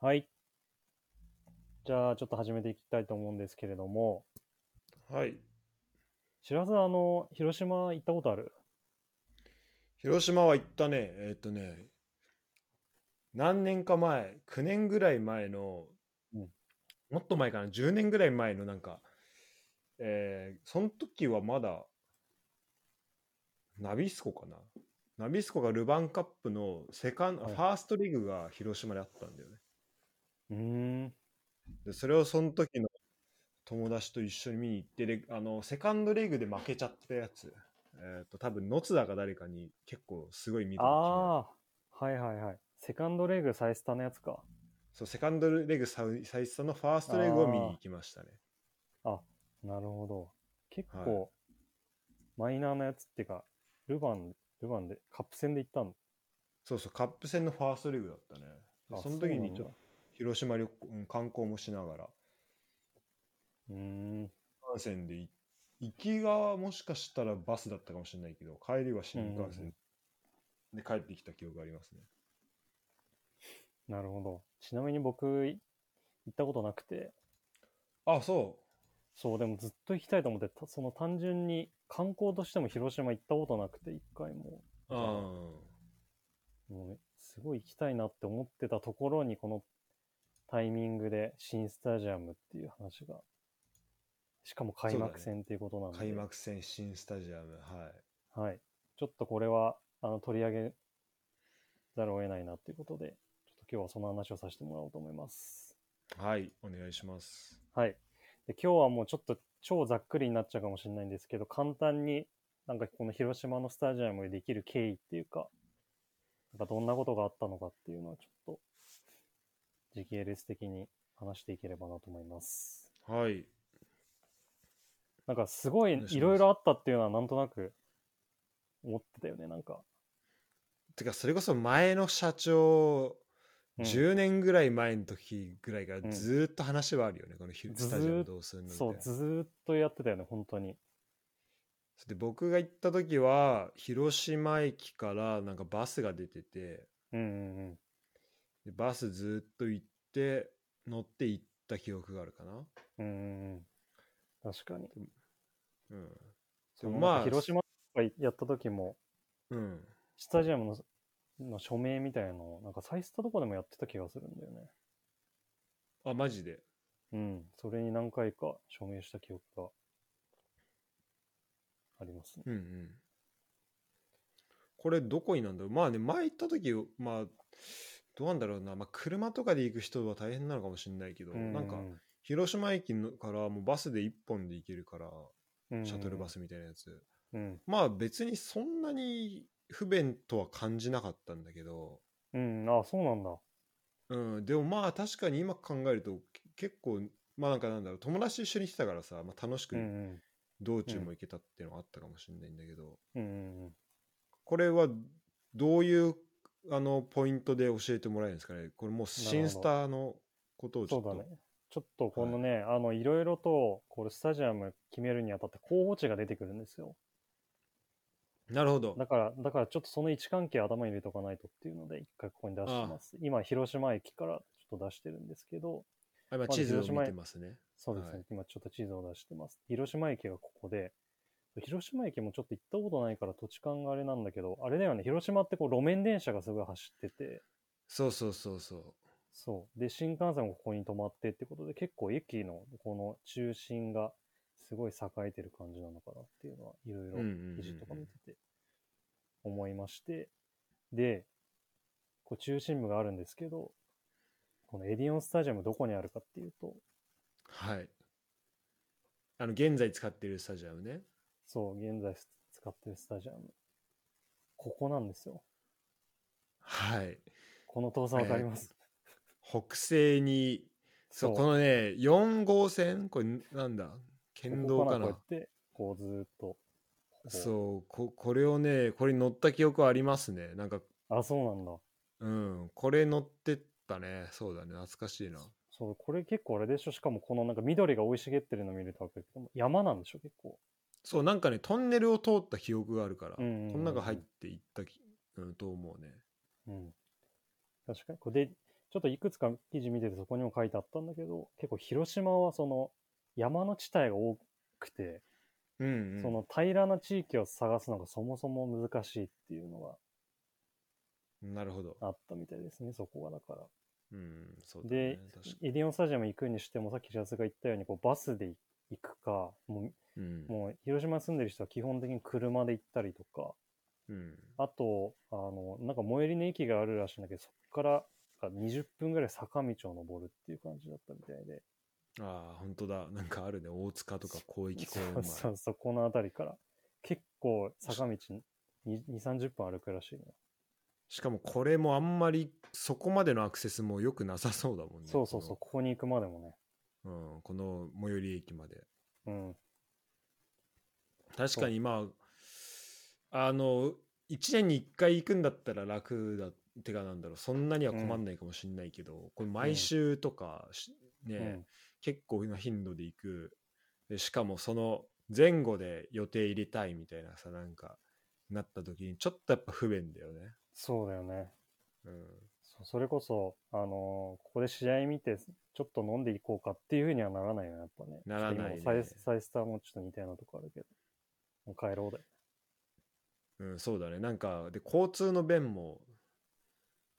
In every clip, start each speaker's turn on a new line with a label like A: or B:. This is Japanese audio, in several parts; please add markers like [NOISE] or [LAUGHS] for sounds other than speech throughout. A: はい。じゃあ、ちょっと始めていきたいと思うんですけれども、
B: はい。
A: 白洲さん、あの、広島行ったことある
B: 広島は行ったね。えーっとね、何年か前、9年ぐらい前の、
A: うん。
B: もっと前かな、10年ぐらい前のなんか、えー、その時はまだナビスコかな。ナビスコがルヴァンカップのセカンド、フ
A: はい。
B: ァーストリーグが広島であったんだよね。
A: うーん。
B: で、それをその時の友達と一緒に見に行って、で、あの、セカンドリーグで負けちゃったやつ。えっと、多分、野津田か誰かに結構すごい見たっていう。
A: ああ、はいはいはい。セカンドレグサイスターのやつか。
B: そう、セカンドレグサウサイスタのファーストレグを見に行
A: あ
B: きましたね。
A: あ、あ、なるほど。結
B: はい。
A: 構マイナーなやつっていうか、ルヴァン、ルヴァンで、カップ戦で行ったの。
B: そうそう、カップ戦のファーストリーグだったね。で、
A: あ、
B: その
A: そう
B: 時
A: な
B: に
A: ん
B: ちょっ
A: だ。
B: と広島旅行、うん観光もしながら、
A: うーん。
B: 新幹線でい行きがもしかしたらバスだったかもしれないけど、帰りは
A: う
B: 新
A: んう
B: 幹
A: んうん。
B: 線で帰ってきた記憶がありますね。
A: なるほど。ちなみに僕、い行ったことなくて、
B: あ、そう。
A: そう、でもずっと行きたいと思って、たその単純に観光としても広島行ったことなくて、一回も。だから、
B: ああ。
A: もうね、すごい行きたいなって思ってたところに、このタイミングで新スタジアムっていう話が、しかも開
B: そうだ
A: 幕
B: ね。
A: 戦っていうことなん
B: 開
A: で、
B: 幕戦新スタジアム。はい。
A: はい。ちょっとこれは、あの、取り上げざるを得ないなっていうことで、ちょっと今日はその話をさせてもらおうと思います。
B: はい、お願いします。
A: はい。で、今日はもうちょっと超ざっくりになっちゃうかもしれないんですけど、簡単になんかこの広島のスタジアムでできる経緯っていうか、なんかどんなことがあったのかっていうのはちょっと時系列的に話していければなと思います。
B: はい、
A: なんかすご
B: お
A: い
B: 願いし
A: いろ
B: ま
A: いろ
B: す。
A: あったっていうのはなんとなく思ってたよね、なんか。
B: てか、それこそ前の社長、
A: うん、
B: 10年ぐらい前の時ぐらいから
A: うん。
B: ずーっと話はあるよね。このひ
A: ず
B: スタジアム
A: ーっと、
B: どうするのみ
A: そ、
B: たいうな。
A: ずーっとやってたよね、本当に。
B: で、僕が行った時は、広島駅からなんかバスが出てて、
A: うんうんうん。
B: でバスずーっと行って、乗って行った記憶があるかな。
A: うんうんうん。確かに。
B: でも、うん。で
A: そ
B: も
A: のなんか
B: まあ、
A: 広
B: す
A: 島がやった時も、
B: うん。
A: スタジアムの、の署名みたいなのを、なんかサイスタとかでもやってた気がするんだよね。
B: あ、マジで。
A: うん。それに何回か署名した記憶がありますね。
B: うんうん。これどこになんだろうまあね、前行った時、まあ、どうなんだろうな、まあ、車とかで行く人は大変なのかもしれないけ
A: う
B: ど、なんか、
A: んうん
B: 広島駅のからもうバスで1本で行けるから、
A: うん。う
B: シャト
A: ん
B: ル
A: う
B: バ
A: ん
B: スみたいなやつ。
A: うん。
B: まあ別にそんなに不便とは感じなかったんだけど、
A: うん。うんあ、そうなんだ。
B: うん、でもまあ確かに今考えるとけ結構、まあなんかなんだろう、友達と一緒に来てたからさ、まあ、楽し
A: う
B: く
A: んうん。
B: 道
A: う
B: 中も
A: ん。
B: 行けたっていうのはあったかもしれないんだけど、
A: うんうんうん。
B: これはどういうあのポイントで教えてもらえるんですかね。これも
A: な
B: う
A: る
B: 新
A: ほ
B: ス
A: ど。
B: ターのことをちょ
A: そ
B: っ
A: うだ
B: と、
A: ね。ちょっとこ
B: は
A: の
B: い。
A: ね、あの、いろいろと、これスタジアム決めるにあたって候補地が出てくるんですよ。
B: なるほど。
A: だから、だからちょっとその位置関係頭に入れとかないとっていうので、一回ここに出してま
B: あ
A: す。今、広島駅からちょっと出してるんですけど、
B: あ、今
A: ま
B: 地
A: ず
B: 図
A: 広
B: を
A: 島
B: 見て
A: へ、
B: ますね。
A: そうです
B: は
A: ね、
B: い。
A: 今ちょっと地図を出してます。広島駅がここで、広島駅もちょっと行ったことないから土地勘があれなんだけど、あれだよね、広島ってこう路面電車がすごい走ってて、
B: そうそうそうそう。
A: そう。で、新幹線もここに止まってってことで、結構駅のこの中心がすごい栄えてる感じなのかなっていうのは、いろい
B: うんう
A: ろ
B: ん
A: 記事と
B: う
A: か
B: んう
A: 見
B: ん。
A: てて思いまして、で、こう中心部があるんですけど、このエディオンスタジアムどこにあるかっていうと、
B: はい。あの、現在使っているスタジアムね。
A: そう、現在使ってるスタジアム、ここなんですよ。
B: はい。
A: この遠さわかり
B: え
A: ま
B: ー
A: す
B: 北西に、そう、こ
A: そう、
B: のね、4号線、これなんだ
A: こ
B: 県
A: こ
B: 道
A: から
B: か
A: こうやっ
B: な
A: て、こうずーっと、ここ。
B: そう、こ、これをね、これに乗った記憶はありますね。なんか、
A: あ、そうなんだ。
B: うん、これ乗ってったね。そうだね、懐かしいな。
A: そう、これ結構あれでしょしかもこのなんか緑が生い茂ってるの見るとわかるけども、山なんでしょ結構。
B: そう、なんかね、トンネルを通った記憶があるか
A: う
B: ら、
A: んう
B: この中
A: んう
B: 入っ
A: ん
B: ていったき、うん、と思うね。
A: うん。うん。確かに。これで、ちょっといくつか記事見ててそこにも書いてあったんだけど、結構広島はその山の地帯が多くて、
B: うんうん、
A: その平らな地域を探すのがそもそも難しいっていうの
B: なるほど。
A: があったみたいですね、そこはだから。
B: うん、そうだね
A: で、エディオンスタジアム行くにしても、さっきジャズが言ったように、こうバスで行くか、も
B: うん
A: う、もう広島に住んでる人は基本的に車で行ったりとか、
B: うん、
A: あと、あの、なんか最寄りの駅があるらしいんだけど、そこからなんか20分ぐらい坂道を登るっていう感じだったみたいで、
B: ああ、本当だ。なんかあるね。大塚とか広域公園
A: そうそうそう、この辺りから。結構坂道に2、30分歩くらしいね。
B: しかもこれもあんまりそこまでのアクセスも良くなさそうだもんね。
A: そうそうそう、ここに行くまでもね。
B: この。うん、この最寄り駅まで。
A: うん。
B: 確かにまあ、あの、1年に1回行くんだったら楽だってかなんだろう。そんなには困んないかもしれないけど、これ毎週とかし、ね、
A: うん
B: 結構な頻度で行くでしかもその前後で予定入れたいみたいなさなんかなった時にちょっとやっぱ不便だよね
A: そうだよね。
B: うん
A: そそれこそ、あのーここで試合見て、ちょっと飲んでいこうかっていうふうにはならないよね、やっぱね。
B: ならないね
A: ちょっと今のサイサイスターもちょっと似たようなとこあるけど。もう帰ろうだよ。
B: うん、そうだねなんかで交通の便も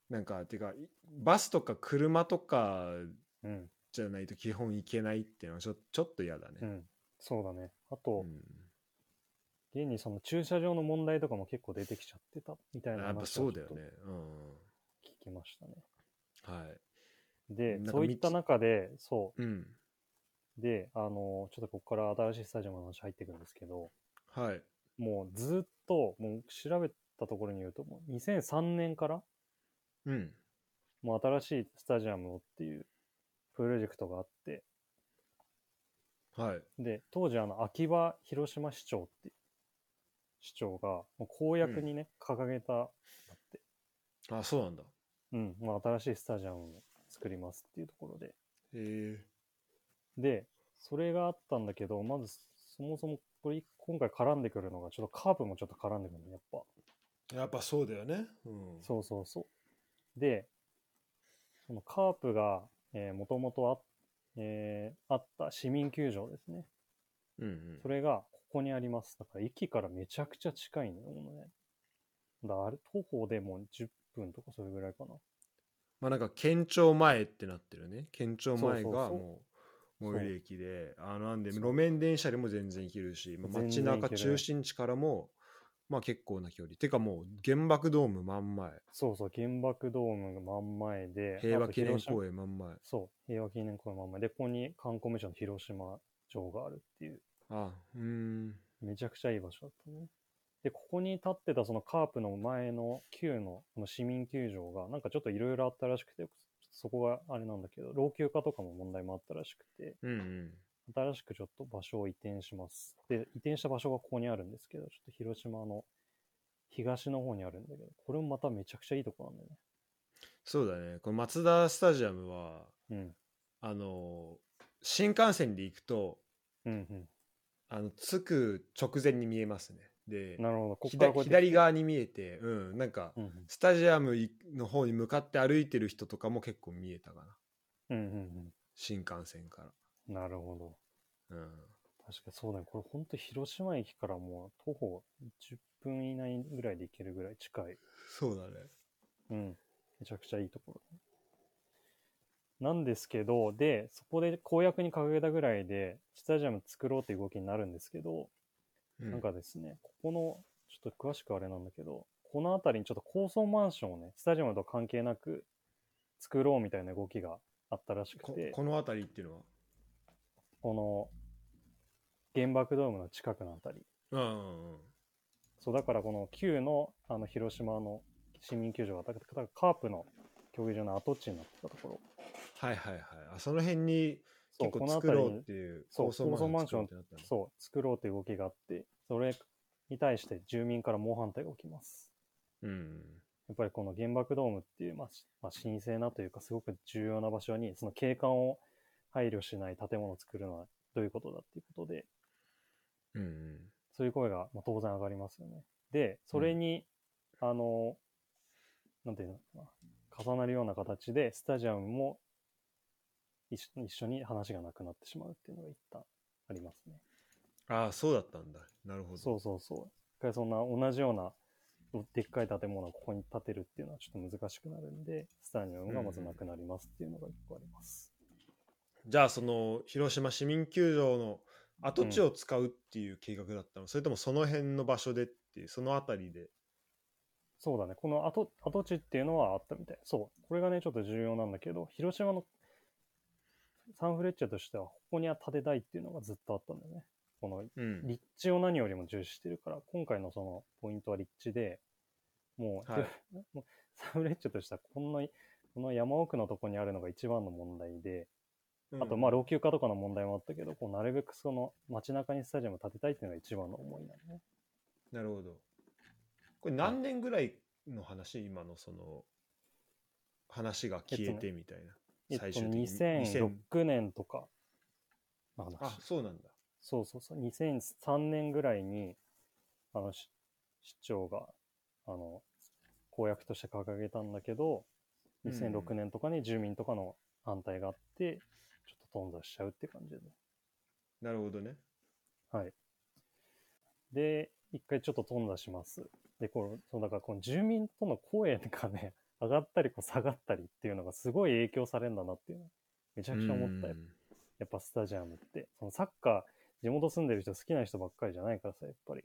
B: なんかてかいバスとか車とか
A: うん。
B: じゃないと基本行けないっていうのはちょちょっと嫌だね、
A: うん。そうだね。あと、
B: うん
A: 現にその駐車場の問題とかも結構出てきちゃってたみたいな
B: やっぱ
A: 話
B: そ
A: を
B: う
A: ち
B: だ
A: ょっと
B: よねうん
A: 聞きましたね。
B: はい
A: で
B: なん、か
A: そういった
B: 道
A: 中で、そ
B: うん
A: う。で、あのーちょっとここから新しいスタジアムの話入ってくるんですけど、
B: はい
A: もうずっと、もう調べたところによると、もう2003年から
B: うん
A: もう新しいスタジアムをっていうプロジェクトがあって、
B: はい
A: で、当時あの、秋葉広島市長っていう市長が、もう公約にね、掲げた、
B: あそうなんだ
A: うん、まあ、新しいスタジアムを作りますっていうところで。
B: へえ
A: で、それがあったんだけど、まず、そもそもこれ、今回絡んでくるのが、ちょっとカープもちょっと絡んでくるの、やっぱ。
B: やっぱそうだよねうん
A: そうそうそう。で、そのカープが、えー、もともとあ,、えーあった市民球場ですね。
B: うんうん
A: それがここにあります。だから駅からめちゃくちゃ近いのよ、もうね。だからあれ、徒歩でもう10分とかそれぐらいかな。
B: まあなんか県庁前ってなってるね県庁前が
A: そうそうそう
B: もう最寄り駅であなんで
A: そう
B: 路面電車でも全然行けるし、まあ、
A: 全
B: 街
A: 然行ける
B: 中中心地からもまあ結構な距離てかもう原爆ドーム真ん前
A: そうそう、原爆ドームが真ん前で。
B: 平和記
A: あと
B: 念
A: 広島
B: 公園真ん前
A: そう、平和記念公園真ん前で、ここに観光名所の広島城があるっていう、
B: あうーん
A: めちゃくちゃいい場所だったね。で、ここに立ってたそのカープの前の旧のこの市民球場が、なんかちょっといろいろあったらしくて、そこがあれなんだけど、老朽化とかも問題もあったらしくて、
B: うんうん
A: 新しくちょっと場所を移転します。で、移転した場所がここにあるんですけど、ちょっと広島の東の方にあるんだけど、これもまためちゃくちゃいいとこなんだよ
B: そうだねこの松田スタジアムは
A: ね。
B: あの新幹線で行くと
A: うん。うん
B: あの着く直前に見えますねで
A: うん。なるほど。ここから
B: 左
A: こうやって
B: 左側に見えてうんなんか
A: うんうん
B: スタジアムの方に向かって歩いてる人とかも結構見えたかな。
A: うんうん
B: 新幹線か
A: うん。なるほど。
B: ら。うん。
A: 確かにそうだね。これ本当広島駅からもう徒歩10分以内ぐらいで行けるぐらい近い。
B: そうだね。
A: うん。めちゃくちゃいいところ。なんですけど、で、そこで公約に掲げたぐらいで、スタジアム作ろうっていう動きになるんですけど、
B: うん、
A: なんかですね、ここの、ちょっと詳しくあれなんだけど、この辺りにちょっと高層マンションをね、スタジアムと関係なく作ろうみたいな動きがあったらしく
B: こ
A: て、こ
B: この辺りっていうのは
A: の原爆ドームの近くの辺り。
B: うんうんうん。
A: そう、だからこの旧のあの広島の市民球場が、だからカープの競技場の跡地になってたところ。
B: はいはいはい。あその辺に
A: そ
B: 結
A: う、こ
B: 構
A: の
B: 作ろ
A: 辺り
B: うっ
A: に、
B: ていう
A: そう高層マンション
B: 作ろうってなったの
A: そう、作ろうという動きがあって、それに対して住民から猛反対が起きます。
B: うん。
A: やっぱりこの原爆ドームっていう、まあ、しまあ、神聖なというか、すごく重要な場所に、その景観を配慮しない建物を作るのはどういうことだっていうことで、
B: うんうん。
A: そういう声がまあ当然上がりますよね。で、それに、あの、なんていうのかな重なるような形で、スタジアムも一緒一緒に話がなくなってしまうっていうのが一旦ありますね。
B: ああ、そうだったんだ。なるほど。
A: そうそうそう。一回そんな同じようなでっかい建物をここに建てるっていうのはちょっと難しくなるんで、スタジアムがまずなくなりますっていうのが一個あります。
B: じゃあ、その、広島市民球場の跡地を使うっていう計画だったの、それともその辺の場所でっていう、その辺りで。
A: そうだね。この跡跡地っていうのはあったみたい。そう。これがね、ちょっと重要なんだけど、広島のサンフレッチェとしては、ここには建てたいっていうのがずっとあったんだよね。この
B: うん。
A: 立地を何よりも重視してるから、今回のそのポイントは立地で、もう、
B: はい
A: [LAUGHS] もうサンフレッチェとしてはこんな、この山奥のとこにあるのが一番の問題で、あとまあ老朽化とかの問題もあったけど、こうなるべくその街中にスタジアムを建てたいっていうのが一番の思いなのね。
B: なるほど。これ何年ぐらいの話、今のその、話が消えてみたいな。
A: えっと、
B: 最終的に
A: 2006年とかの話。
B: あ、そうなんだ。
A: そうそうそう、2003年ぐらいに、あの、し市長が、あの、公約として掲げたんだけど、
B: うん
A: 2006年とかに住民とかの反対があって、ちょっと頓挫しちゃうって感じで、
B: なるほどね。
A: はい。で、一回ちょっと頓挫します。で、こう、そうだからこの住民との声がね、 [LAUGHS] 上がったりこう下がったりっていうのがすごい影響されるんだなっていうのはめちゃくちゃ思ったよ。
B: うん
A: やっぱスタジアムって、そのサッカー、地元住んでる人好きな人ばっかりじゃないからさ、やっぱり。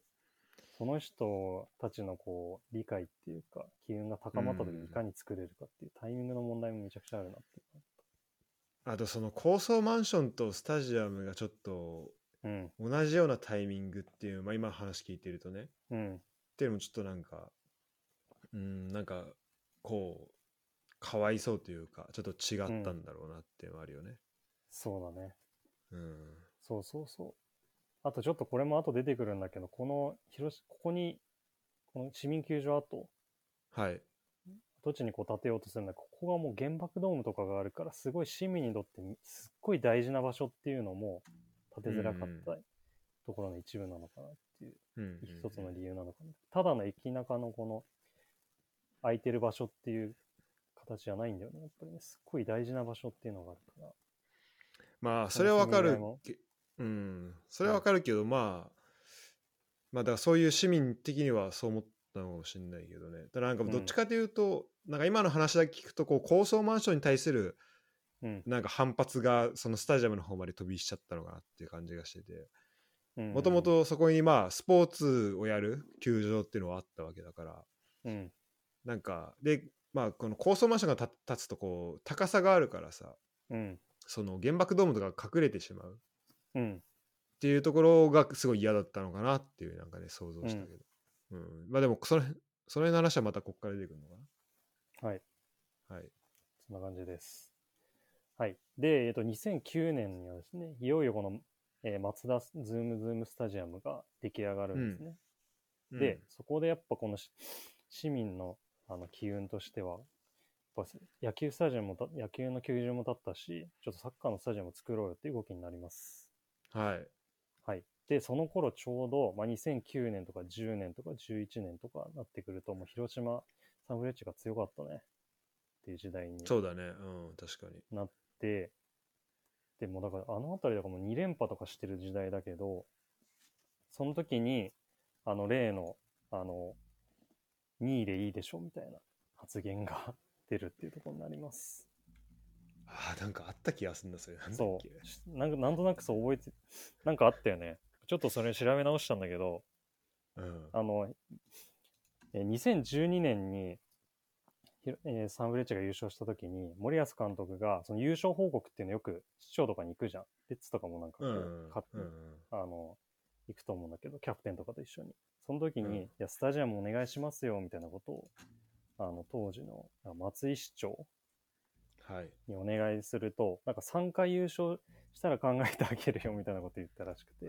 A: その人たちのこう、理解っていうか、機運が高まった時
B: うん
A: にいかに作れるかっていうタイミングの問題もめちゃくちゃあるなっていう
B: あとその高層マンションとスタジアムがちょっと
A: の。
B: 同じようなタイミングっていう、まあ、今の話聞いてるとねっ
A: うん。うん。
B: ていうのもちょっとなんかうんなんかこうかわいそうというかちょっと違ったんだろうなっていうのはあるよね。
A: そうだね。
B: うん
A: そうそうそう。あとちょっとこれも後出てくるんだけど、この、広し、ここに、この市民球場跡、
B: はい
A: 跡地にこう建てようとするんだけど、ここがもう原爆ドームとかがあるから、すごい市民にとってすっごい大事な場所っていうのも建てづらかったところの一部なのかなっていう、
B: うんうんうん
A: 一つの理由なのかな。ただの駅中のこの空いてる場所っていう形じゃないんだよね。やっぱりね、すっごい大事な場所っていうのがあるから。
B: まあそれはわか
A: 楽し
B: る
A: みがいも
B: けうんそれはわかるけど、まあまあだからそういう市民的にはそう思ったのかもしれないけどねただなんかどっちかというと、なんか今の話だけ聞くとこう高層マンションに対する
A: うん。
B: なんか反発がそのスタジアムの方まで飛びしちゃったのかなっていう感じがしてて
A: うん
B: もとも、とそこにまあスポーツをやる球場っていうのはあったわけだから
A: うん。
B: なんかでまあこの高層マンションがた建つとこう高さがあるからさ
A: うん。
B: その原爆ドームとかが隠れてしまうっ
A: うん。
B: ていうところがすごい嫌だったのかなっていうなんかね想像したけど、うんまあでもその辺その辺の話はまたこっから出てくるのか
A: はい。
B: なはい
A: そんな感じです。はい。で、えっと、2009年にはですね、いよいよこの、えーマツダズームズームスタジアムが出来上がるんですね。で、そこでやっぱこのし市民のあの機運としては、やっぱ野球スタジアムもた、野球の球場も建ったし、ちょっとサッカーのスタジアムを作ろうよっていう動きになります。
B: うんはい
A: はい。で、その頃ちょうど、まあ、2009年とか10年とか11年とかなってくると、もう広島サンフレッチェが強かったね。っていう時代に。
B: そうだねうん確かに
A: なって、でもだからあの辺りだからもう2連覇とかしてる時代だけど、その時に、あの例の、あの、2位でいいでしょみたいな発言が [LAUGHS] 出るっていうところになります。
B: あーなんかあった気がするんだそれなんだっ
A: そ
B: け
A: うし。なんかなんとなくそう覚えて、なんかあったよね。ちょっとそれ調べ直したんだけど、
B: うん
A: あの、えー2012年に、ひろえーサンフレッチェが優勝した時に、森保監督が、その優勝報告っていうのよく市長とかに行くじゃん。レッツとかもなんかこ
B: う
A: う、
B: ん
A: 勝
B: うんうん
A: あの、行くと思うんだけど、キャプテンとかと一緒に。その時に、
B: うん
A: いや、スタジアムお願いしますよ、みたいなことを、あの、当時のあ松井市長
B: はい
A: にお願いすると、なんか3回優勝したら考えてあげるよ、みたいなこと言ったらしくて。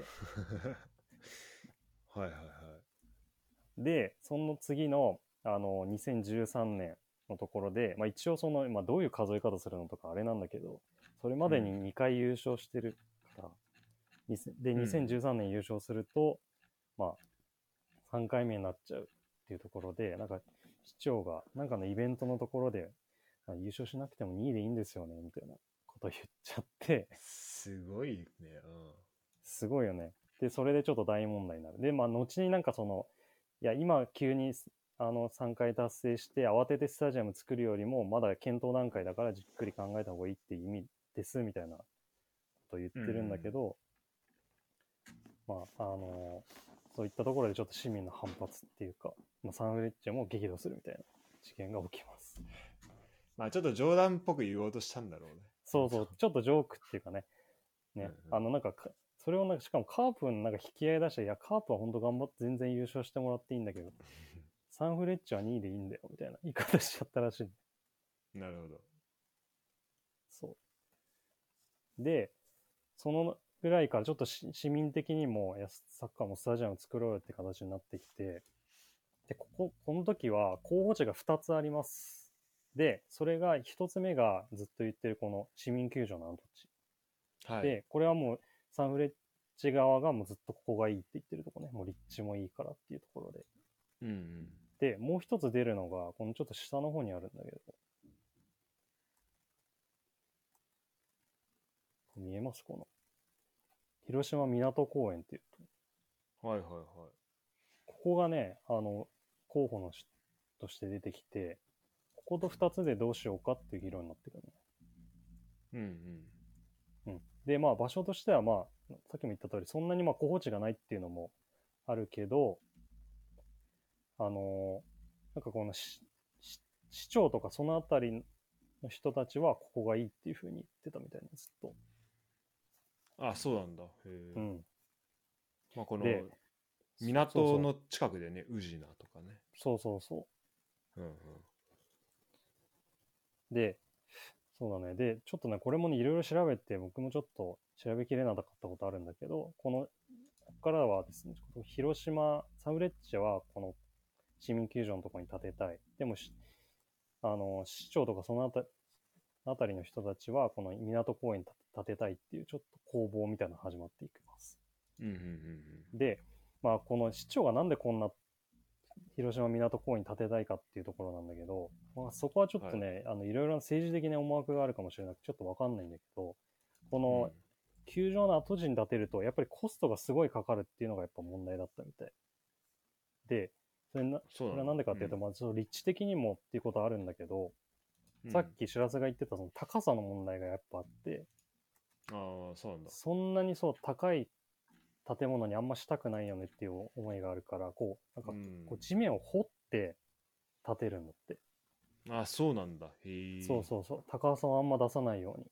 B: はいはいはい。
A: で、その次の、あの、2013年のところで、まあ一応その、まあどういう数え方するのとかあれなんだけど、それまで
B: う
A: に2回優勝してるから、にせで、
B: ん
A: 2013年優勝すると、まあ、3回目になっちゃうっていうところで、なんか、市長がなんかのイベントのところで、まあ優勝しなくても2位でいいんですよね、みたいなこと言っちゃって、
B: すごいね。
A: すごいよね。で、それでちょっと大問題になる。で、まあ、後になんかその、いや、今急に、あの、3回達成して、慌ててスタジアム作るよりも、まだ検討段階だからじっくり考えた方がいいって意味です、みたいなことを言ってるんだけど、まあ、あの、そういったところでちょっと市民の反発っていうか、まあ、サンフレッチェも激怒するみたいな事件が起きます。
B: まあちょっと冗談っぽく言おうとしたんだろうね。
A: そうそう、ちょっとジョークっていうかね。ね、
B: うんうん
A: あの、なんかか、それをなんか、しかもカープのなんか引き合い出して、いや、カープは本当頑張って全然優勝してもらっていいんだけ
B: [LAUGHS]
A: ど、サンフレッチェは2位でいいんだよ、みたいな言い方しちゃったらしい。
B: なるほど。
A: そう。で、そのぐらいからちょっとし市民的にも、いやサッカーもスタジアム作ろうよって形になってきて、で、ここ、この時は候補地が2つあります。で、それが1つ目がずっと言ってるこの市民球場の跡地。
B: はい。
A: で、これはもうサンフレッチェ側がもうずっとここがいいって言ってるとこね、もう立地もいいからっていうところ
B: うんうん。
A: で。で、もう一つ出るのが、このちょっと下の方にあるんだけど。見えますこの。広島港公園っていうと。
B: はいはいはい。
A: ここがね、あの、候補のしとして出てきて、ここと二つでどうしようかっていう議論になってくるのね。
B: うんうん。
A: うん、でまあ場所としてはまあさっきも言った通りそんなにまあ候補地がないっていうのもあるけどあのーなんかこのしし市長とかその辺りの人たちはここがいいっていうふうに言ってたみたいなずっと、
B: あ、そうなんだ。へえ。
A: うん、
B: まあこの
A: で
B: 港の近くでね、宇品とかね。
A: そうそうそう
B: うんうん。
A: で、そうだね。で、ちょっとね、これもね、いろいろ調べて、僕もちょっと調べきれなかったことあるんだけど、この、ここからはですね、この広島、サンフレッチェは、この市民球場のところに建てたい。でもし、あの、市長とかそのあたあたりの人たちは、この港公園に建て建てたいっていう、ちょっと攻防みたいなのが始まっていきます。
B: うんうんうん
A: で、まあ、この市長がなんでこんな広島港公園に建てたいかっていうところなんだけど、まあ、そこはちょっとね、い、あのいろいろな政治的な思惑があるかもしれなくてちょっとわかんないんだけどこ
B: うん。
A: の球場の跡地に建てるとやっぱりコストがすごいかかるっていうのがやっぱ問題だったみたいでそれな
B: そ
A: それはなんでかっていうと、まあ、その立地的にもっていうことあるんだけど、
B: うん
A: さっき白洲が言ってたその高さの問題がやっぱあって、
B: ああ、そうなんだ。
A: そんなにそう高い建物にあんましたくないよねっていう思いがあるから、こう、なんか
B: うん
A: こう地面を掘って建てるんだって。
B: あそうなんだ。へえ。
A: そうそうそう。高さをあんま出さないように。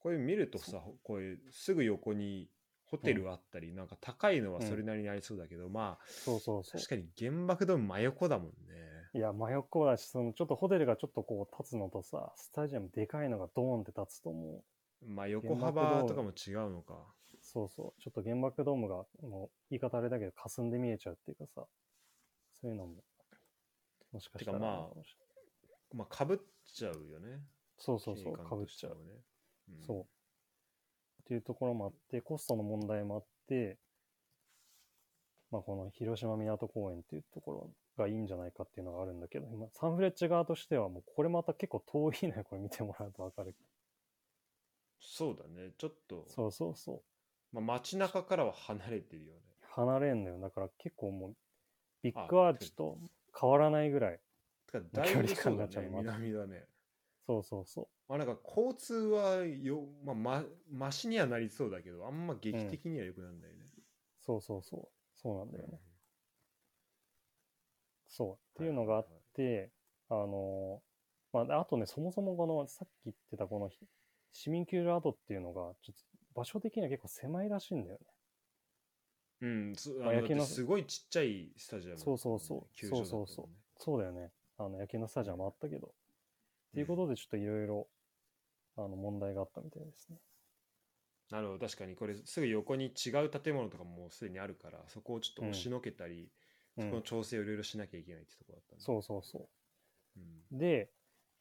B: これ見るとさ、こういうすぐ横にホテルあったり、なんか高いのはそれなりにありそうだけど、まあ、
A: そうそうそう
B: 確。かに原爆ドーム真横だもんね。
A: いや、真横だし、そのちょっとホテルがちょっとこう立つのとさ、スタジアムでかいのがドーンって立つとも
B: まあ横
A: 原
B: 幅
A: 爆
B: と
A: ド
B: か
A: ー
B: も違うのか。
A: う、そうそう。ちょっと原爆ドームが、もう言い方あれだけど、霞んで見えちゃうっていうかさ、そういうのも、もしかしたら
B: てかまあ
A: るかもしれない
B: まあ被っちゃうよね。
A: そうそうそう、
B: 景
A: か
B: 観
A: ぶっ
B: とし
A: ち
B: て
A: ゃ
B: も
A: う。
B: ね。ん
A: そう。っていうところもあって、コストの問題もあって、まあ、この広島港公園っていうところがいいんじゃないかっていうのがあるんだけど、今サンフレッチェ側としてはもうこれまた結構遠いのよ、これ見てもらうとわかる。
B: そうだね。ちょっと、
A: そうそうそう。
B: まあ街中からは離れてるよね。
A: 離れんのよ。だから結構もう、ビッグアーチと変わらないぐらい。
B: てか、だい
A: 距
B: ぶ
A: 離
B: そ
A: 感
B: う
A: が
B: だ
A: ちょっ
B: ね
A: と。まだ
B: 南だね。
A: そうそうそ
B: まあなんか交通はよ、まあ、ま、ましにはなりそうだけど、あんま劇的には良くなんないね。
A: う。そうそうそう。そうなんだよ
B: うん
A: ね。そう。っていうのがあっで、あのーまあ、あとね、そもそもこの、さっき言ってたこのひ市民球場跡っていうのが、ちょっと場所的には結構狭いらしいんだよね。
B: うん、そ
A: まあ
B: あの
A: 野球の
B: だってすごいちっちゃいスタジアム、
A: そうそうそう
B: 球場だった
A: そうそうそうだよね。あの、野球のスタジアムあったけど。っていうことで、ちょっといろいろ、あの、問題があったみたいですね。
B: う。なるほど、確かにこれすぐ横に違う建物とかもすでにあるから、そこをちょっと押しのけたり、
A: う
B: そこの
A: ん。
B: 調整をいろいろしなきゃいけないってところだったね。
A: そうそうそう。
B: うん
A: で、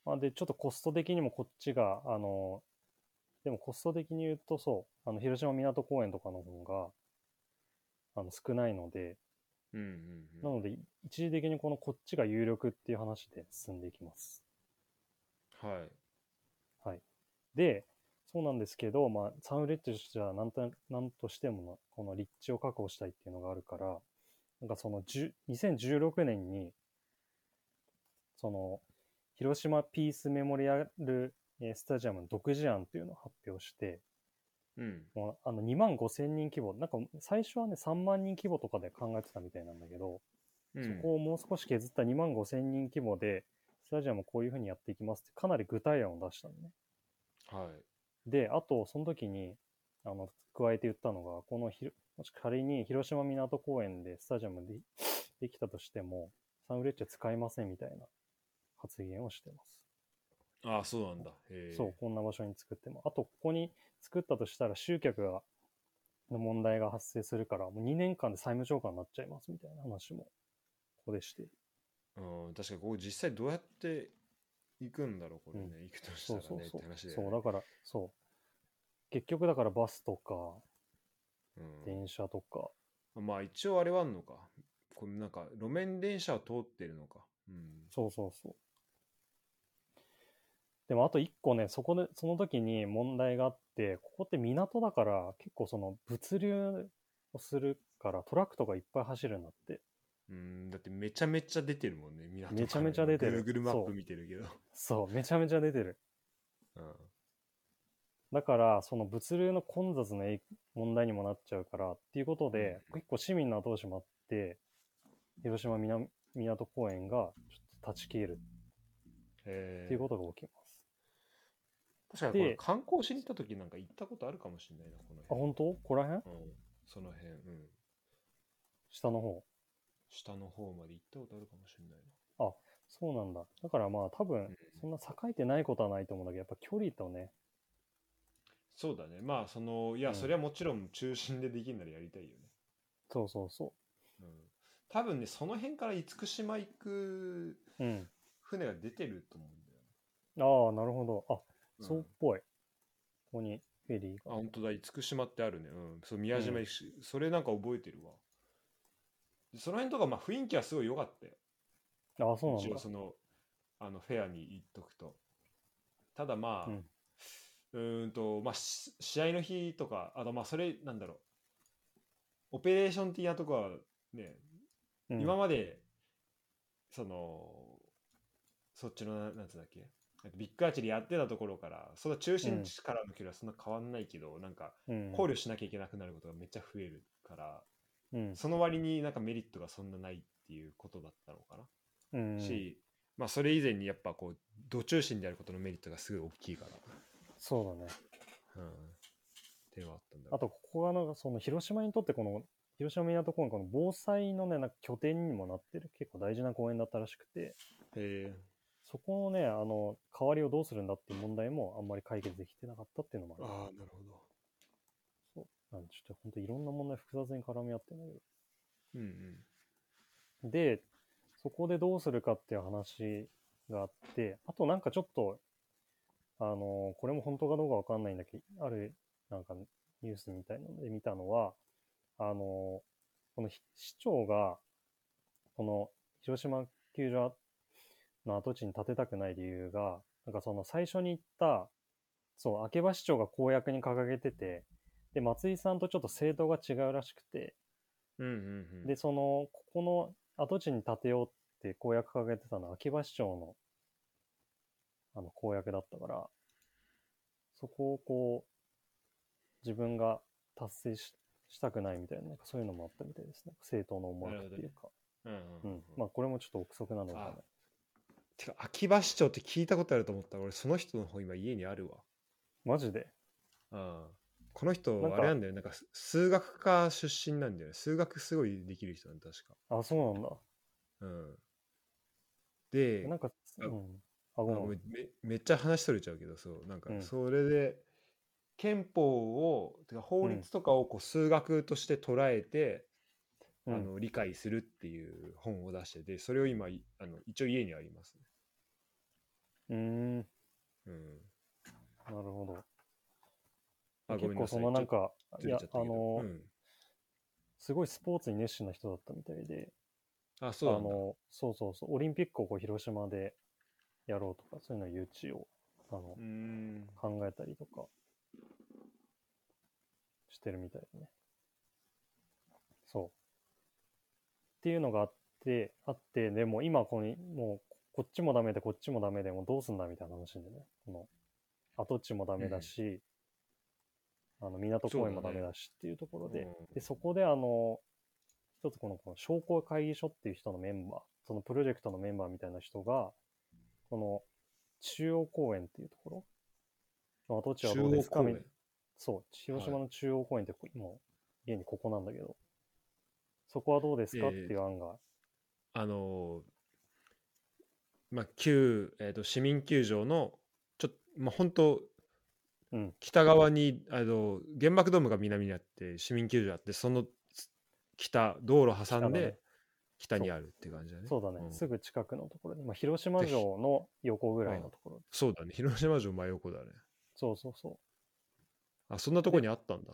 A: あで、ちょっとコスト的にもこっちが、あの、でもコスト的に言うとそう、あの、広島港公園とかの方が、あの、少ないので、
B: うんうんうん
A: なので、一時的にこのこっちが有力っていう話で進んでいきます。
B: はい。
A: はい。で、そうなんですけど、まあ、サンフレッチェとしてはなんと、なんとしてもな、この立地を確保したいっていうのがあるから、なんかその10、2016年に、その、広島ピースメモリアルえースタジアムの独自案っていうのを発表して、
B: うん。
A: もうあの2万5千人規模、なんか最初はね3万人規模とかで考えてたみたいなんだけど、
B: うん
A: そこをもう少し削った2万5千人規模で、スタジアムをこういうふうにやっていきますって、かなり具体案を出したのね。
B: はい。
A: で、あと、その時に、あの、加えて言ったのが、このひろ、もし仮に広島港公園でスタジアムでできたとしても、サンフレッチェ使いませんみたいな発言をしてます。
B: ああ、そうなんだ。へえ。
A: そう、こんな場所に作っても。あと、ここに作ったとしたら集客が、の問題が発生するから、もう2年間で債務超過になっちゃいますみたいな話も、ここでしている。
B: うん、確かにここ実際どうやって行くんだろう、これね。行くとした
A: そう
B: ら
A: そう
B: ねっ
A: そ
B: て
A: う。
B: 話で。
A: そう、だから、そう。結局だからバスとか、
B: うん
A: 電車とか、
B: まあ一応あれはあんのか。このなんか路面電車は通ってるのか。うん。
A: そうそうそう。でもあと一個ね、そこで、その時に問題があって、ここって港だから、結構その物流をするから、トラックとかいっぱい走るんだって。
B: うん、だってめちゃめちゃ出てるもんね、港
A: めちゃめちゃ出てる
B: Google マッ
A: そ
B: プ
A: う
B: 見てるけど。
A: そう、めちゃめちゃ出てる。
B: うん。
A: だから、その物流の混雑の影問題にもなっちゃうから、っていうことで、結構市民の後押しもあって、広島南港公園がちょっと断ち切る
B: へえ
A: っていうことが起きます。
B: 確かにこれ
A: で
B: 観光しに行った時なんか行ったことあるかもしれないな、この
A: あ、本当ここら辺
B: 辺。うん。その辺、うん。
A: 下の方。
B: 下の方まで行ったことあるかもしれないな。
A: そうなんだ。だからまあ多
B: うん
A: 分、そんな栄えてないことはないと思うんだけど、やっぱ距離とね、
B: そうだね。まあ、その、い
A: う
B: や、
A: ん
B: それはもちろん中心でできるならやりたいよね。
A: そうそうそ
B: うん。多分ね、その辺から厳島行く
A: う。うん。
B: 船が出てると思うんだよね。
A: ああ、なるほど。あ、
B: うん
A: そうっぽい。ここにフェリー
B: あ、
A: が。
B: 本当だ、厳島ってあるね。うん。そう、宮島行くし、それなんか覚えてるわ。でその辺とか、まあ、雰囲気はすごい良かったよ。
A: ああ、そうなん
B: 一応
A: だ。
B: そのあのフェアに行っとくとただまあ、
A: う
B: うんーんとまあし試合の日とかあとまあそれなんだろうオペレーション的なとこはね、
A: うん、
B: 今までそのそっちのななんつうんだっけビッグアーチェリーやってたところからその中心地からの距離はそんな変わんないけど、なんか
A: うん、
B: 考慮しなきゃいけなくなることがめっちゃ増えるから、
A: うん。
B: その割になんかメリットがそんなないっていうことだったのかな
A: うん。
B: し、まあそれ以前にやっぱこう度中心であることのメリットがすごい大きいか
A: そうだね。
B: ら、うん、っていうのはあったんだろ
A: あと、ここがなんか、その、広島にとってこの、広島港公園、この防災のね、なんか拠点にもなってる、結構大事な公園だったらしくて、
B: うへ
A: そこのね、あの、代わりをどうするんだっていう問題もあんまり解決できてなかったっていうのもあ
B: え
A: る。
B: ああなるほど
A: なんでちょっと本当いろんな問題複雑に絡み合ってるんだけど。
B: うんうん
A: で、そこでどうするかっていう話があって、あとなんかちょっと、あのこれも本当かどうかわかんないんだけど、ある、なんかニュースみたいなので見たのは、あのこのひ市長が、この広島球場の跡地に建てたくない理由が、なんかその最初に言った、そう、秋葉市長が公約に掲げてて、で、松井さんとちょっと政党が違うらしくて、
B: うんうんうん
A: で、その、ここの跡地に建てようって公約掲げてたのは秋葉市長の、あの、公約だったから、そこをこう、自分が達成ししたくないみたいな、なんかそういうのもあったみたいですね。政党の思惑っていうか。
B: うんう
A: うん
B: うん
A: ん。まあ、これもちょっと憶測なのか
B: あてか秋葉市長って聞いたことあると思った俺その人の方今家にある
A: マジで
B: わ、うん、この人
A: なんか
B: あれなんだよなんか数学科出身なんだよね数学すごいできる人なんだ確か
A: あ、そうなんだ。
B: うんで
A: なんか、
B: あ
A: うん。あ、
B: あ
A: ご
B: ご
A: め
B: め
A: ん。
B: んめめっちゃ話それちゃうけどそうなん
A: う
B: か
A: ん
B: それで、憲法をてか法律とかをこう数学として捉えて、
A: う
B: あ
A: ん、
B: の理解するっていう本を出しててそれを今いあの一応家にありますね。
A: うーん。な
B: うん、
A: るほど。
B: あ
A: 結
B: ごめんな
A: 構
B: さい
A: そのなん
B: ちょ
A: か
B: っ、と
A: い
B: ずれ
A: や
B: ちゃっ、
A: あ
B: たけど
A: の、
B: うん
A: すごいスポーツに熱心な人だったみたいで、
B: あ、そうな
A: あ
B: んだ。
A: のそうそうそう、オリンピックをこう広島でやろうとか、そういうのを誘致をあの、
B: うーん。
A: 考えたりとかしてるみたいだね。そう。っていうのがあって、あって、でも今この、もうこっちもダメでこっちもダメでもうどうすんだみたいな話でね、この跡地もダメだし、あの港公園もダメだしっていうところで、
B: うん
A: で、そこであの、一つこのこの商工会議所っていう人のメンバー、そのプロジェクトのメンバーみたいな人が、この中央公園っていうところの跡地は
B: 中
A: どうで
B: 央
A: すか
B: 公
A: み
B: 園。
A: そう、広島の中央公園ってこ、今、家にここなんだけど、そこはどうですか
B: え
A: っ
B: え
A: ていう案が、
B: あのーまあ、旧、えー、と市民球場のちょっと、まあ、本当
A: うん
B: 北側に、あの原爆ドームが南にあって市民球場あってそのつ北道路挟ん
A: 北だ
B: で
A: ね
B: 北にあるって感じだね。
A: そうだね、
B: ん
A: すぐ近くのところに、まあ、広島城の横ぐらいのところ、
B: そうだね広島城真横だね。
A: そうそうそう、
B: あそんなとこにあったんだ。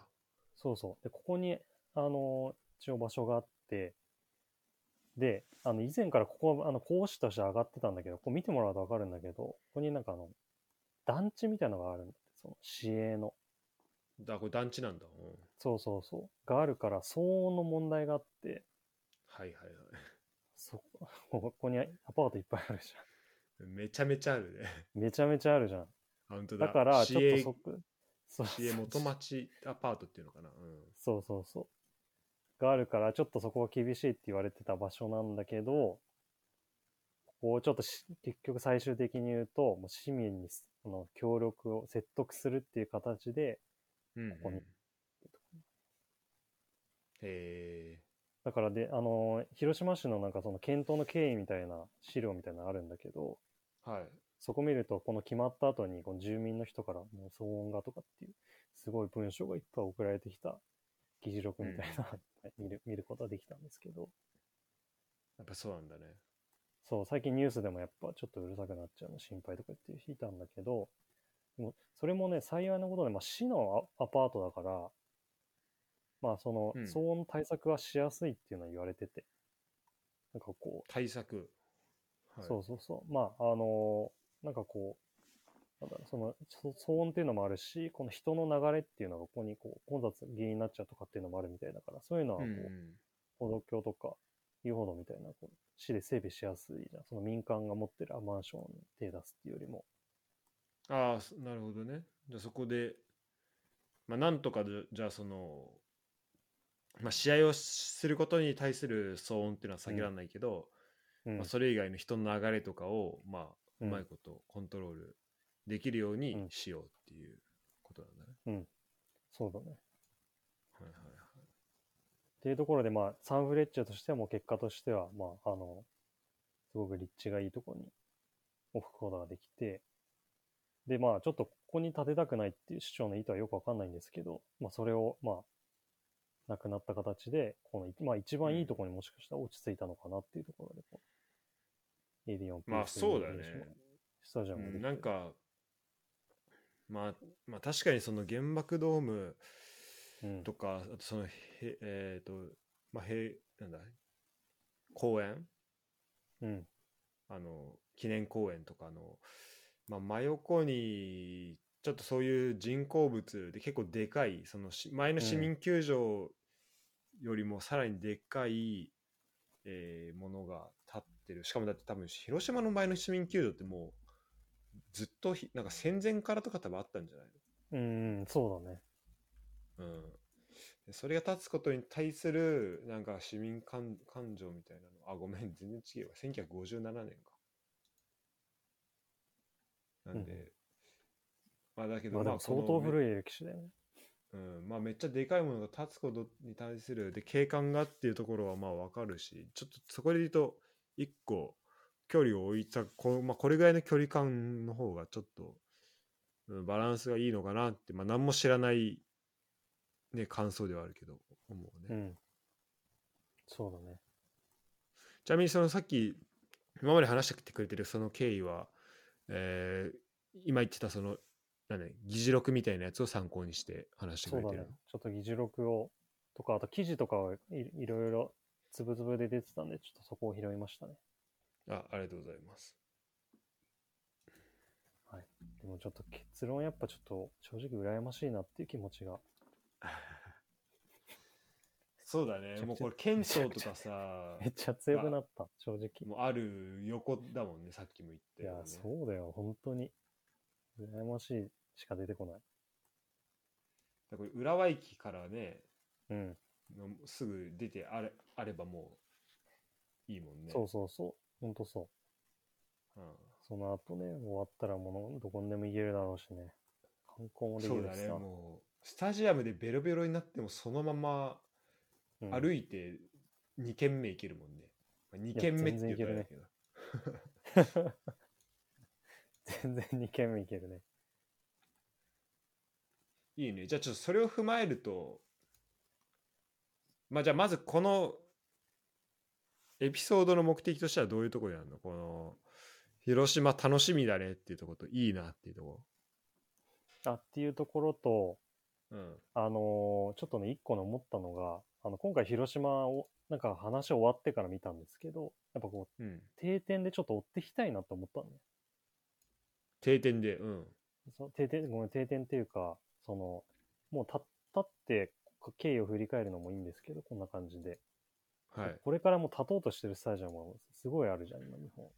A: そうそう。で、ここに、あの、一応場所があって、で、あの、以前からここは、あの、講師として上がってたんだけど、ここ見てもらうとわかるんだけど、ここになんかあの、団地みたいなのがあるんだって、その、市営の。
B: だこれ団地なんだ。うん
A: そうそうそう。があるから、騒音の問題があって、
B: はいはいは
A: そ [LAUGHS] こ、ここにアパートいっぱいあるじ
B: い。めちゃめちゃあるね。 [LAUGHS]
A: ゃん。めちゃめちゃあるじゃん。
B: 本当だ
A: だから、ちょっ
B: CA
A: とそこ、そう
B: 市営元町アパートっていうのかな。うん
A: そうそうそう。があるから、ちょっとそこは厳しいって言われてた場所なんだけど、ここをちょっとし結局最終的に言うと、もう市民にすあの協力を説得するっていう形で、
B: うん
A: こに
B: うんへ
A: だからで、あの、広島市のなんかその検討の経緯みたいな資料みたいなのあるんだけど、
B: え。はい。
A: そこ見ると、この決まった後に、この住民の人から、もう騒音がとかっていう、すごい文章がいっぱい送られてきた議事録みたいな、見る、見ることができたんですけど、
B: やっぱそうなんだね。
A: そう、最近ニュースでもやっぱちょっとうるさくなっちゃうの心配とか言っていたんだけど、もうそれもね、幸いなことで、まあ、市のアアパートだから、まあその
B: うん
A: 騒音対策はしやすいっていうのは言われてて、なんかこ
B: 対策。
A: う、
B: はい
A: そうそうそう、まああのなんかこう、なんだろうそのそ騒音っていうのもあるし、この人の流れっていうのがここにこう混雑原因になっちゃうとかっていうのもあるみたいだから、そういうのはこ
B: う
A: う、
B: ん
A: 歩道橋とか遊歩道みたいなこう市で整備しやすいじゃんその民間が持ってるマンションに手出すっていうよりも
B: ああ、そなるほどね。じゃあそこで、まあ、なんとかじゃ、じゃあその、まあ、試合をすることに対する騒音っていうのは避けられないけど、
A: うん
B: まあ、それ以外の人の流れとかを、まあ、う
A: うん
B: まいことコントロールできるよう
A: う
B: に
A: ん
B: しようっていうことなんだね。
A: そうだね
B: はいはいはい
A: っていうところでまあサンフレッチェとしてはもう結果としてはまああのすごく立地がいいところに置くことができてでまあちょっとここに建てたくないっていう市長の意図はよくわかんないんですけどまあそれをまあなくなった形でこの、まあ、一番いいところにもしかしたら落ち着いたのかなっていうところでこう、エディオン
B: まあそうだね。
A: スタジア
B: う
A: ムができ
B: ん
A: て
B: なんか、まあ、まあ確かにその原爆ドーム
A: うん
B: とか、あとそのへ、えっ、と、まあ、へ、なんだ、公園
A: うん、
B: あの、記念公園とかの、まあ、真横に、ちょっとそういう人工物で結構でかい、そのし前の市
A: うん
B: 民球場よりもさらにでかい、えーものが立ってる。しかもだって多分、広島の前の市民球場ってもう、ずっとひ、なんか戦前からとか多分あったんじゃないの
A: うん、そうだね。
B: うん、でそれが立つことに対するなんか市民感感情みたいなのあごめん全然違うわ1957年かなんで、まあだけど
A: まあで
B: まあ
A: も相当
B: い、
A: 古い歴史だよね。
B: うんまあ、めっちゃでかいものが立つことに対するで景観がっていうところはまあわかるしちょっとそこで言うと一個距離を置いたこ,、まあ、これぐらいの距離感の方がちょっと、うん、バランスがいいのかなって、まあ、何も知らない、ね、感想ではあるけど思うね、
A: うん。そうだね。
B: ちなみにそのさっき今まで話してくれてるその経緯は、えー今言ってたそのなんだ議事録みたいなやつを参考にして話して
A: そ
B: く
A: う
B: れ
A: だ
B: てる
A: ね
B: の。
A: ちょっと議事録をとか、あと記事とかはいいろいろつぶつぶで出てたんで、ちょっとそこを拾いましたね。
B: あありがとうございます。
A: でもちょっと結論やっぱちょっと正直羨ましいなっていう気持ちが。 [LAUGHS]
B: そうだね。もうこれ、剣道とかさ、
A: めっちゃ強くなった、正直。
B: もうある横だもんね、さっきも言った
A: いや
B: よ、ね。、
A: そうだよ、本当に。羨ましいしか出てこない。
B: だから浦和駅からね、
A: うん。
B: のすぐ出てあれあればもういいもんね。
A: そうそうそう。本当そう。
B: うん
A: その後ね、終わったらもの、どこにでも行けるだろうしね。観光もでき
B: そう
A: る
B: だ
A: し
B: ね。
A: さ。
B: もう、スタジアムでベロベロになっても、そのまま
A: うん
B: 歩いて2軒目行けるもんね。まあ、2軒目って言うからあれだけど。
A: 全然2軒目 [LAUGHS] 行けるね。
B: いいね。じゃあちょっとそれを踏まえると、まあじゃあまずこのエピソードの目的としてはどういうところにあるのこの広島楽しみだねっていうところといいなっていうとこ
A: あっていうところと、
B: ろ。うん。
A: あのーちょっとね、1個ね、思ったのが、あの、今回広島を、なんか話終わってから見たんですけど、やっぱこ
B: うん。
A: う、定点でちょっと追っていきたいなと思ったのね。
B: 定点で。うん。
A: そ定点、ごめん、定点っていうか、その、もうた立って経緯を振り返るのもいいんですけど、こんな感じで。
B: はい。
A: これからもう立とうとしてるスタジアムはすごいあるじゃん、今日本。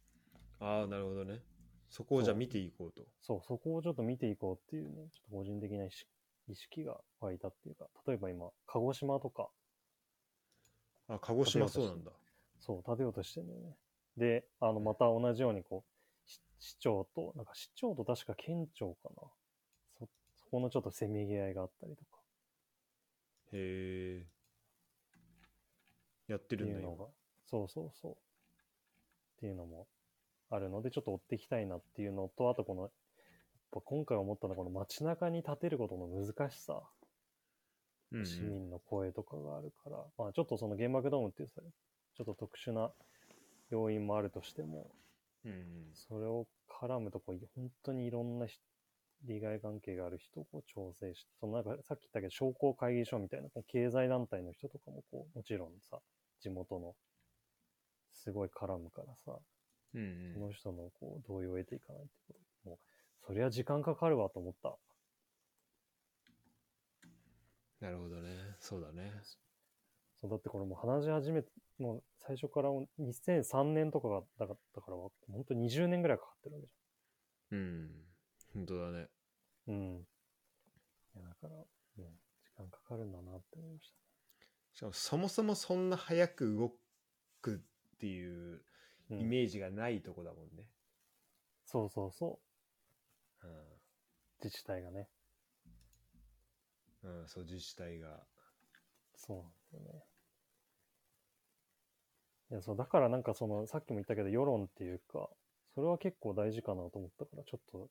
B: ああ、なるほどね。そこをじゃあ見ていこうと。
A: そう、そこをちょっと見ていこうっていうね、ちょっと個人的な意識意識が湧いたっていうか、例えば今、鹿児島とか、
B: あ、鹿児島そうなんだ。
A: そう、建てようとしてんだよね。で、あの、また同じようにこう、し市長と、なんか市長と確か県庁かな。そ、そこのちょっとせめぎ合いがあったりとか、
B: へえ。やっ
A: って
B: てる
A: い
B: んだ
A: うの
B: よ。
A: が、そうそうそう。っていうのもあるので、ちょっと追っていきたいなっていうのと、あとこの、やっぱ今回思ったのはこの街中に建てることの難しさ。
B: うんうん
A: 市民の声とかがあるから、まあちょっとその原爆ドームっていうさ、ちょっと特殊な要因もあるとしても、
B: うんうん
A: それを絡むとこう、本当にいろんな人利害関係がある人をこう調整して、そのなんかさっき言ったけど、商工会議所みたいな、こう経済団体の人とかもこう、もちろんさ、地元の、すごい絡むからさ、
B: うん
A: そ
B: うん
A: の人のこう同意を得ていかないってこと。もう、そりゃ時間かかるわと思った。
B: なるほどね。そうだね。
A: そうだってこれもう話し始め、もう最初からもう2003年とかがだったから、本当に20年ぐらいかかってるわけじ
B: うん。本当だね。
A: ゃん。うん。いや、だから、うん、時間かかるんだなって思いまし
B: しかもそもそもそんな早く動くっていう
A: た、ね。
B: イ
A: うん、
B: メージがないとこだもんね。
A: そうそうそ
B: うん
A: う。自治体がね。
B: うん、そう自治体が。
A: そうなんですよね。いや、そう、だからなんかその、さっきも言ったけど、世論っていうか、それは結構大事かなと思ったから、ちょっと、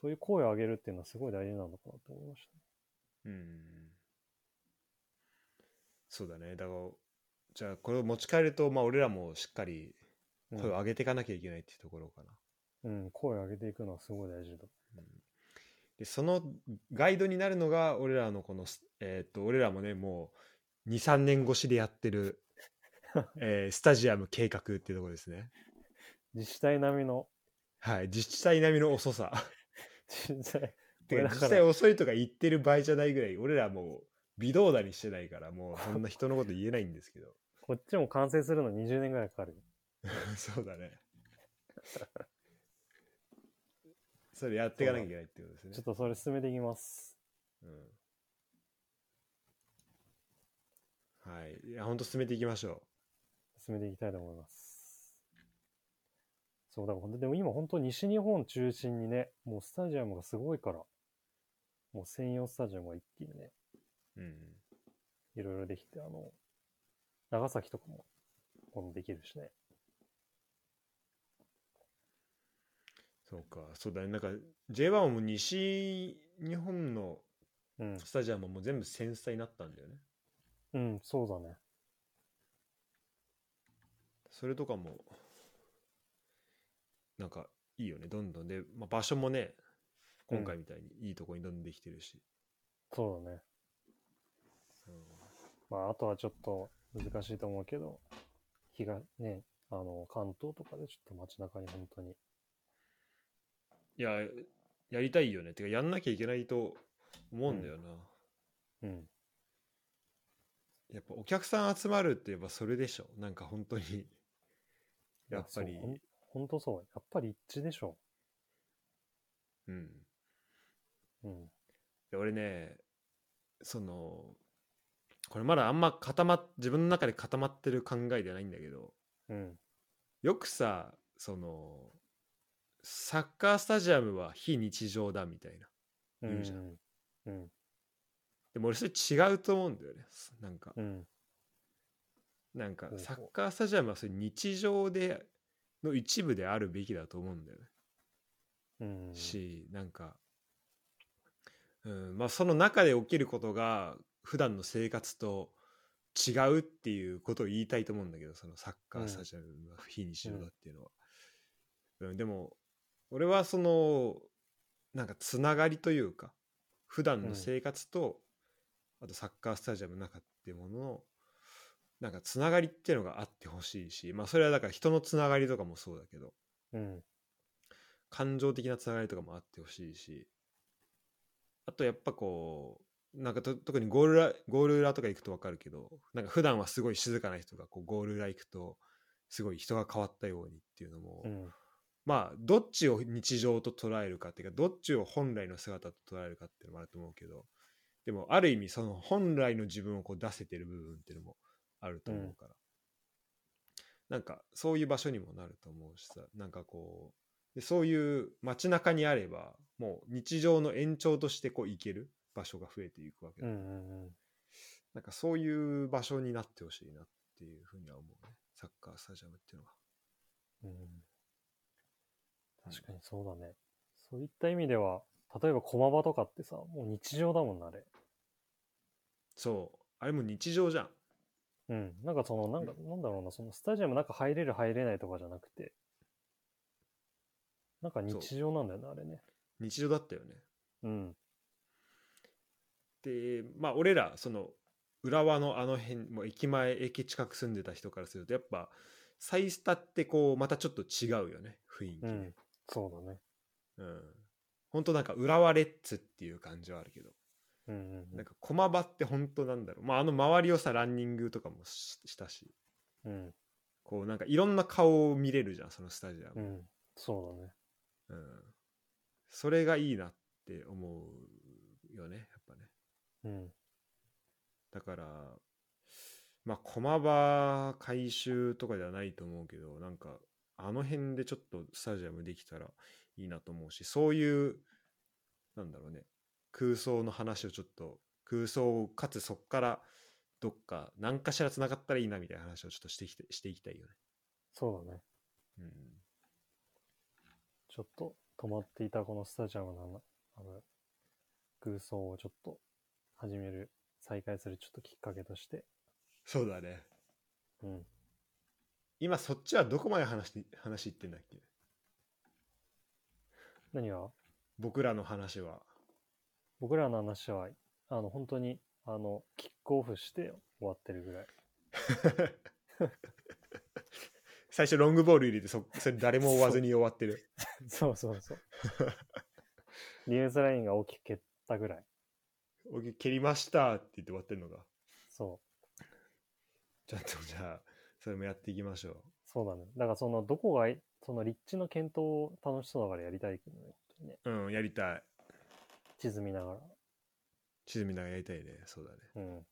A: そういう声を上げるっていうのはすごい大事なのかなと思いましたね。
B: うん。そうだね。だから、じゃあこれを持ち帰ると、まあ俺らもしっかり
A: うん
B: 声を上げていかなきゃいけないっていうところか
A: う
B: な。
A: ん、声を上げていくのはすごい大事だ。
B: うんでそのガイドになるのが俺らのこのス、えーっと俺らもねもう23年越しでやってる、えースタジアム計画っていうところですね
A: 自治体並みの
B: はい自治体並みの遅さ
A: 人材。
B: てか
A: 俺らから
B: 自治体遅いとか言ってる場合じゃないぐらい俺らもう微動だにしてないからもうそんな人のこと言えないんで
A: [LAUGHS]
B: すけど
A: こっちも完成するの20年ぐらいかかるよ。
B: そうだねそれやっていかなきゃいけないってことですね
A: ちょっとそれ進めていきます。
B: うんはい。いや、ほんと進めていきましょ
A: 進めていきたいと思います。そう、だから本当でも今本当西日本中心にね、もうスタジアムがすごいから、もう専用スタジアムが一気にね、
B: う。うん。
A: いろいろできて、あの、長崎とかも今度できるしね。
B: そうか。そうだね。なんか、J1 はもう西日本の
A: うん。
B: スタジアムはもう全部繊細になったんだよね。
A: うん、そうだね。
B: それとかも、なんか、いいよね。どんどんで、まあ、場所もね、今回みたいにいいとこにどんどんできてるし。
A: そうだね。
B: うん
A: まあ、あとはちょっと難しいと思うけど、東、ね、あの、関東とかでちょっと街中に本当に。
B: いや、やりたいよね。てか、やんなきゃいけないと思うんだよな。
A: うん。
B: やっぱお客さん集まるって言えばそれでしょ。なんか本当に。やっぱり
A: そう。ほん本当そう。やっぱり一致でしょ。
B: うん。い
A: うん。
B: や俺ね、その、これまだあんま固まっ、自分の中で固まってる考えじゃないんだけど、
A: うん。
B: よくさ、その、サッカースタジアムは非日常だみたいな。
A: うん。
B: 言うじゃん
A: うん。
B: でも俺それ違うと思うんだよね。なんか、
A: うん。
B: なんか
A: ほうほう
B: サッカースタジアムはそれ日常で、の一部であるべきだと思うんだよね。
A: うん。
B: し、なんか、うん、まあその中で起きることが普段の生活と違うっていうことを言いたいと思うんだけどそのサッカースタジアムは非日常だっていうのは、うんでも俺はそのなんかつながりというか普段
A: う
B: の
A: ん
B: 生活と、あとサッカースタジアムの中っていうもののなんかつながりっていうのがあってほしいしまあそれはだから人のつながりとかもそうだけど
A: うん。
B: 感情的なつながりとかもあってほしいしあとやっぱこうなんかと特にゴールラゴール裏とか行くと分かるけどなんか普段はすごい静かな人がこうゴール裏行くとすごい人が変わったようにっていうのも、
A: うん。
B: まあどっちを日常と捉えるかっていうかどっちを本来の姿と捉えるかっていうのもあると思うけどでもある意味その本来の自分をこう出せてる部分っていうのもあると思うから、なんかそういう場所にもなると思うしさなんかこうでそういう街中にあればもう日常の延長としてこう行ける場所が増えていくわけ
A: う
B: だ、
A: んうんうん。
B: なんかそういう場所になってほしいなっていうふうには思うねサッカースタジアムっていうのは。
A: うん確かにそうだね。そういった意味では、例えば駒場とかってさ、もう日常だもんな、あれ。
B: そうあれも日常じゃん
A: うん。なんかその、なんか、なんだろうな、そのスタジアムなんか入れる入れないとかじゃなくて、なんか日常なんだよね、あれね。
B: 日常だったよね
A: うん。
B: でまあ俺らその浦和のあの辺もう駅前駅近く住んでた人からするとやっぱサイスタってこうまたちょっと違うよね雰囲気
A: う
B: ね
A: ん。そうだね。
B: うんほんとなんか浦和レッズっていう感じはあるけど、
A: うんうん
B: なんか駒場って本当なんだろうまああの周りをさランニングとかもししたし
A: うん。うん。
B: こうなんかいろんな顔を見れるじゃんそのスタジア
A: う
B: ム、
A: ん。そうだね。
B: うんそれがいいなって思うよねやっぱね
A: うん。
B: だから、まあ、駒場改修とかではないと思うけど、なんか、あの辺でちょっとスタジアムできたらいいなと思うし、そういう、なんだろうね、空想の話をちょっと、空想をかつそこからどっか、何かしら繋がったらいいなみたいな話をちょっとしてきてしていきたいよね。
A: そうだね。
B: うん。
A: ちょっと止まっていたこのスタジアムのなあの空想をちょっと始める、再開するちょっときっかけとして。
B: そうだね。
A: うん。
B: 今そっちはどこまで話して、話いってんだっけ
A: 何が
B: 僕らの話は。
A: 僕らの話は、あの、本当に、あの、キックオフして終わってるぐらい。
B: 最初ロングボール入れてそ、それ誰も追わずに終わってる。
A: [LAUGHS] そうそう [LAUGHS] そう。ディフェンスラインが大きく蹴ったぐらい。
B: 僕蹴りましたって言って終わってるのが
A: そう。
B: ちょっとじゃあそれもやっていきましょう
A: そうだね。だからその、どこがい、その立地の検討を楽しそうだからやりたいけどね。本当にね
B: うんやりたい
A: 地図見ながら。
B: 地図見ながらやりたいねそうだね
A: うん。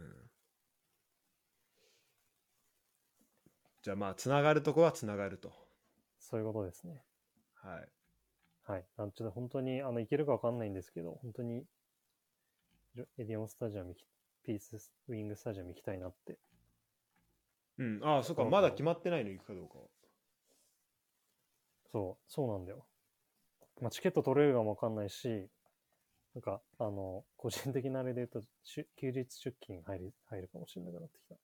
B: うんじゃあまあつながるとこはつながると
A: そういうことですね。
B: はい
A: はい。なんちょっと本当に、あの、いけるかわかんないんですけど、本当に、ジョエディオンスタジアム行き、ピースウィングスタジアム行きたいなって。
B: うんああそっかまだ決まってないの行くかどうかは
A: そう、そうなんだよ。まあ、チケット取れるかもわかんないし、なんか、あの、個人的なあれで言うと、しゅ休日出勤入り入るかもしれなくなってきた。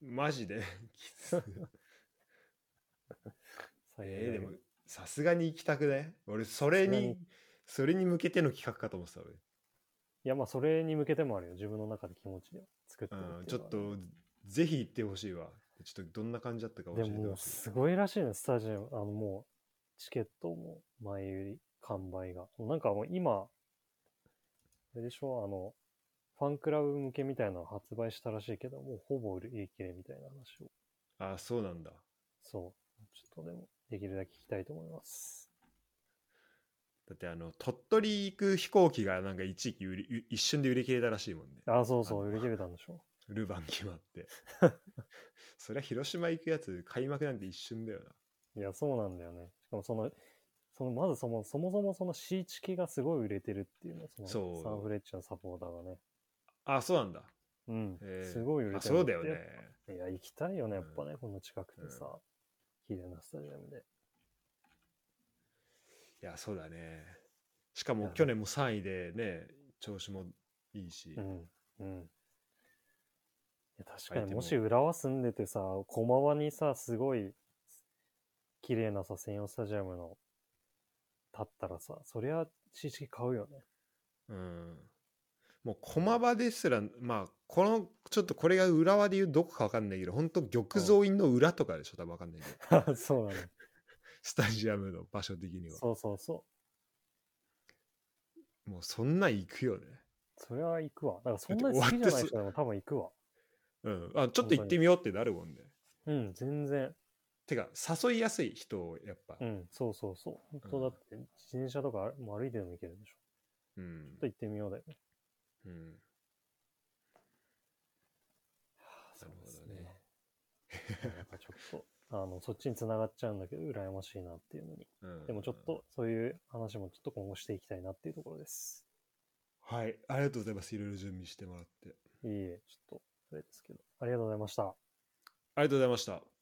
B: マジ [LAUGHS] できつい
A: 最悪だ
B: えー
A: け
B: で
A: ど
B: もさすがに行きたくね俺そ
A: さ
B: れ
A: すが
B: に
A: に
B: それに向けての企画かと思ってた俺
A: いやまあそれに向けてもあるよ自分の中で気持ちで作ってる
B: うん、
A: て
B: ち
A: い
B: ょ
A: うのは
B: っとぜひ行ってほしいわちょっとどんな感じだったか教
A: で
B: えて
A: もも
B: ほ
A: う
B: しい
A: すごいらしいね、スタジアム。あのもう、チケットも前売り、完売が。もうなんかもう今、あれでしょ、あの、ファンクラブ向けみたいなの発売したらしいけど、もうほぼ売り切れみたいな話を。
B: あそうなんだ
A: そう。ちょっとでも、できるだけ聞きたいと思います。
B: だってあの鳥取行く飛行機がなんか一時期売り一瞬で売り切れたらしいもんね
A: あ、そうそ
B: あ
A: う、
B: の
A: 売り切れたんでしょ。
B: ルヴァン決まって [LAUGHS] そりゃ広島行くやつ開幕なんて一瞬だよない
A: や、そうなんだよね。しかもその、そのまずそもそもそもその C チケがすごい売れてるっていうの、そ
B: そう
A: のサンフレッチェのサポーターがね。
B: あそうなんだ、
A: うん、
B: えー
A: すごい売れ
B: あ
A: てる
B: そ
A: の
B: う
A: って
B: だよね
A: いや、行きたいよね、やっぱね、
B: う
A: この近くでさ、綺麗なスタジアムで。
B: いやそうだねしかも
A: うん
B: 去年も3位でね調子もいいし、
A: うん、うん。いや、確
B: 相
A: か
B: 手
A: に、
B: も
A: もし浦和住んでてさ、駒場にさ、すごい、綺麗なさ、専用スタジアムの、立ったらさ、そりゃ、知識買うよ
B: [LAUGHS]
A: ね。
B: うんもう駒場ですらまあこのちょっとこれが浦和でいうどこか分かんないけど本当玉造院の裏とかでしょ多分分かんないけど
A: そうだね。
B: スタジアムの場所的には
A: そうそうそう。
B: もうそんなん行くよね
A: そりゃ行くわ。だから、そんなに好きじゃない人でも多分行くわ。
B: うんあちょっと行ってみようってなるもんね
A: うん、全然。
B: てか誘いやすい人をやっぱ
A: うん、そうそうそう。本当だって、自転車とかもう歩いてでも行けるでしょ。
B: うん
A: ちょっと行ってみようだよね。
B: うん
A: そ
B: な
A: うで
B: るほど
A: す
B: ね
A: ね。なんかちょっと、あの、そっちに繋がっちゃうんだけど、羨ましいなっていうのに。
B: うん
A: でもちょっと、そういう話もちょっと今後していきたいなっていうところです。
B: はいありがとうございますいろいろ準備してもらって
A: いいえ、ちょっと、あれですけど。ありがとうございました。
B: ありがとうございました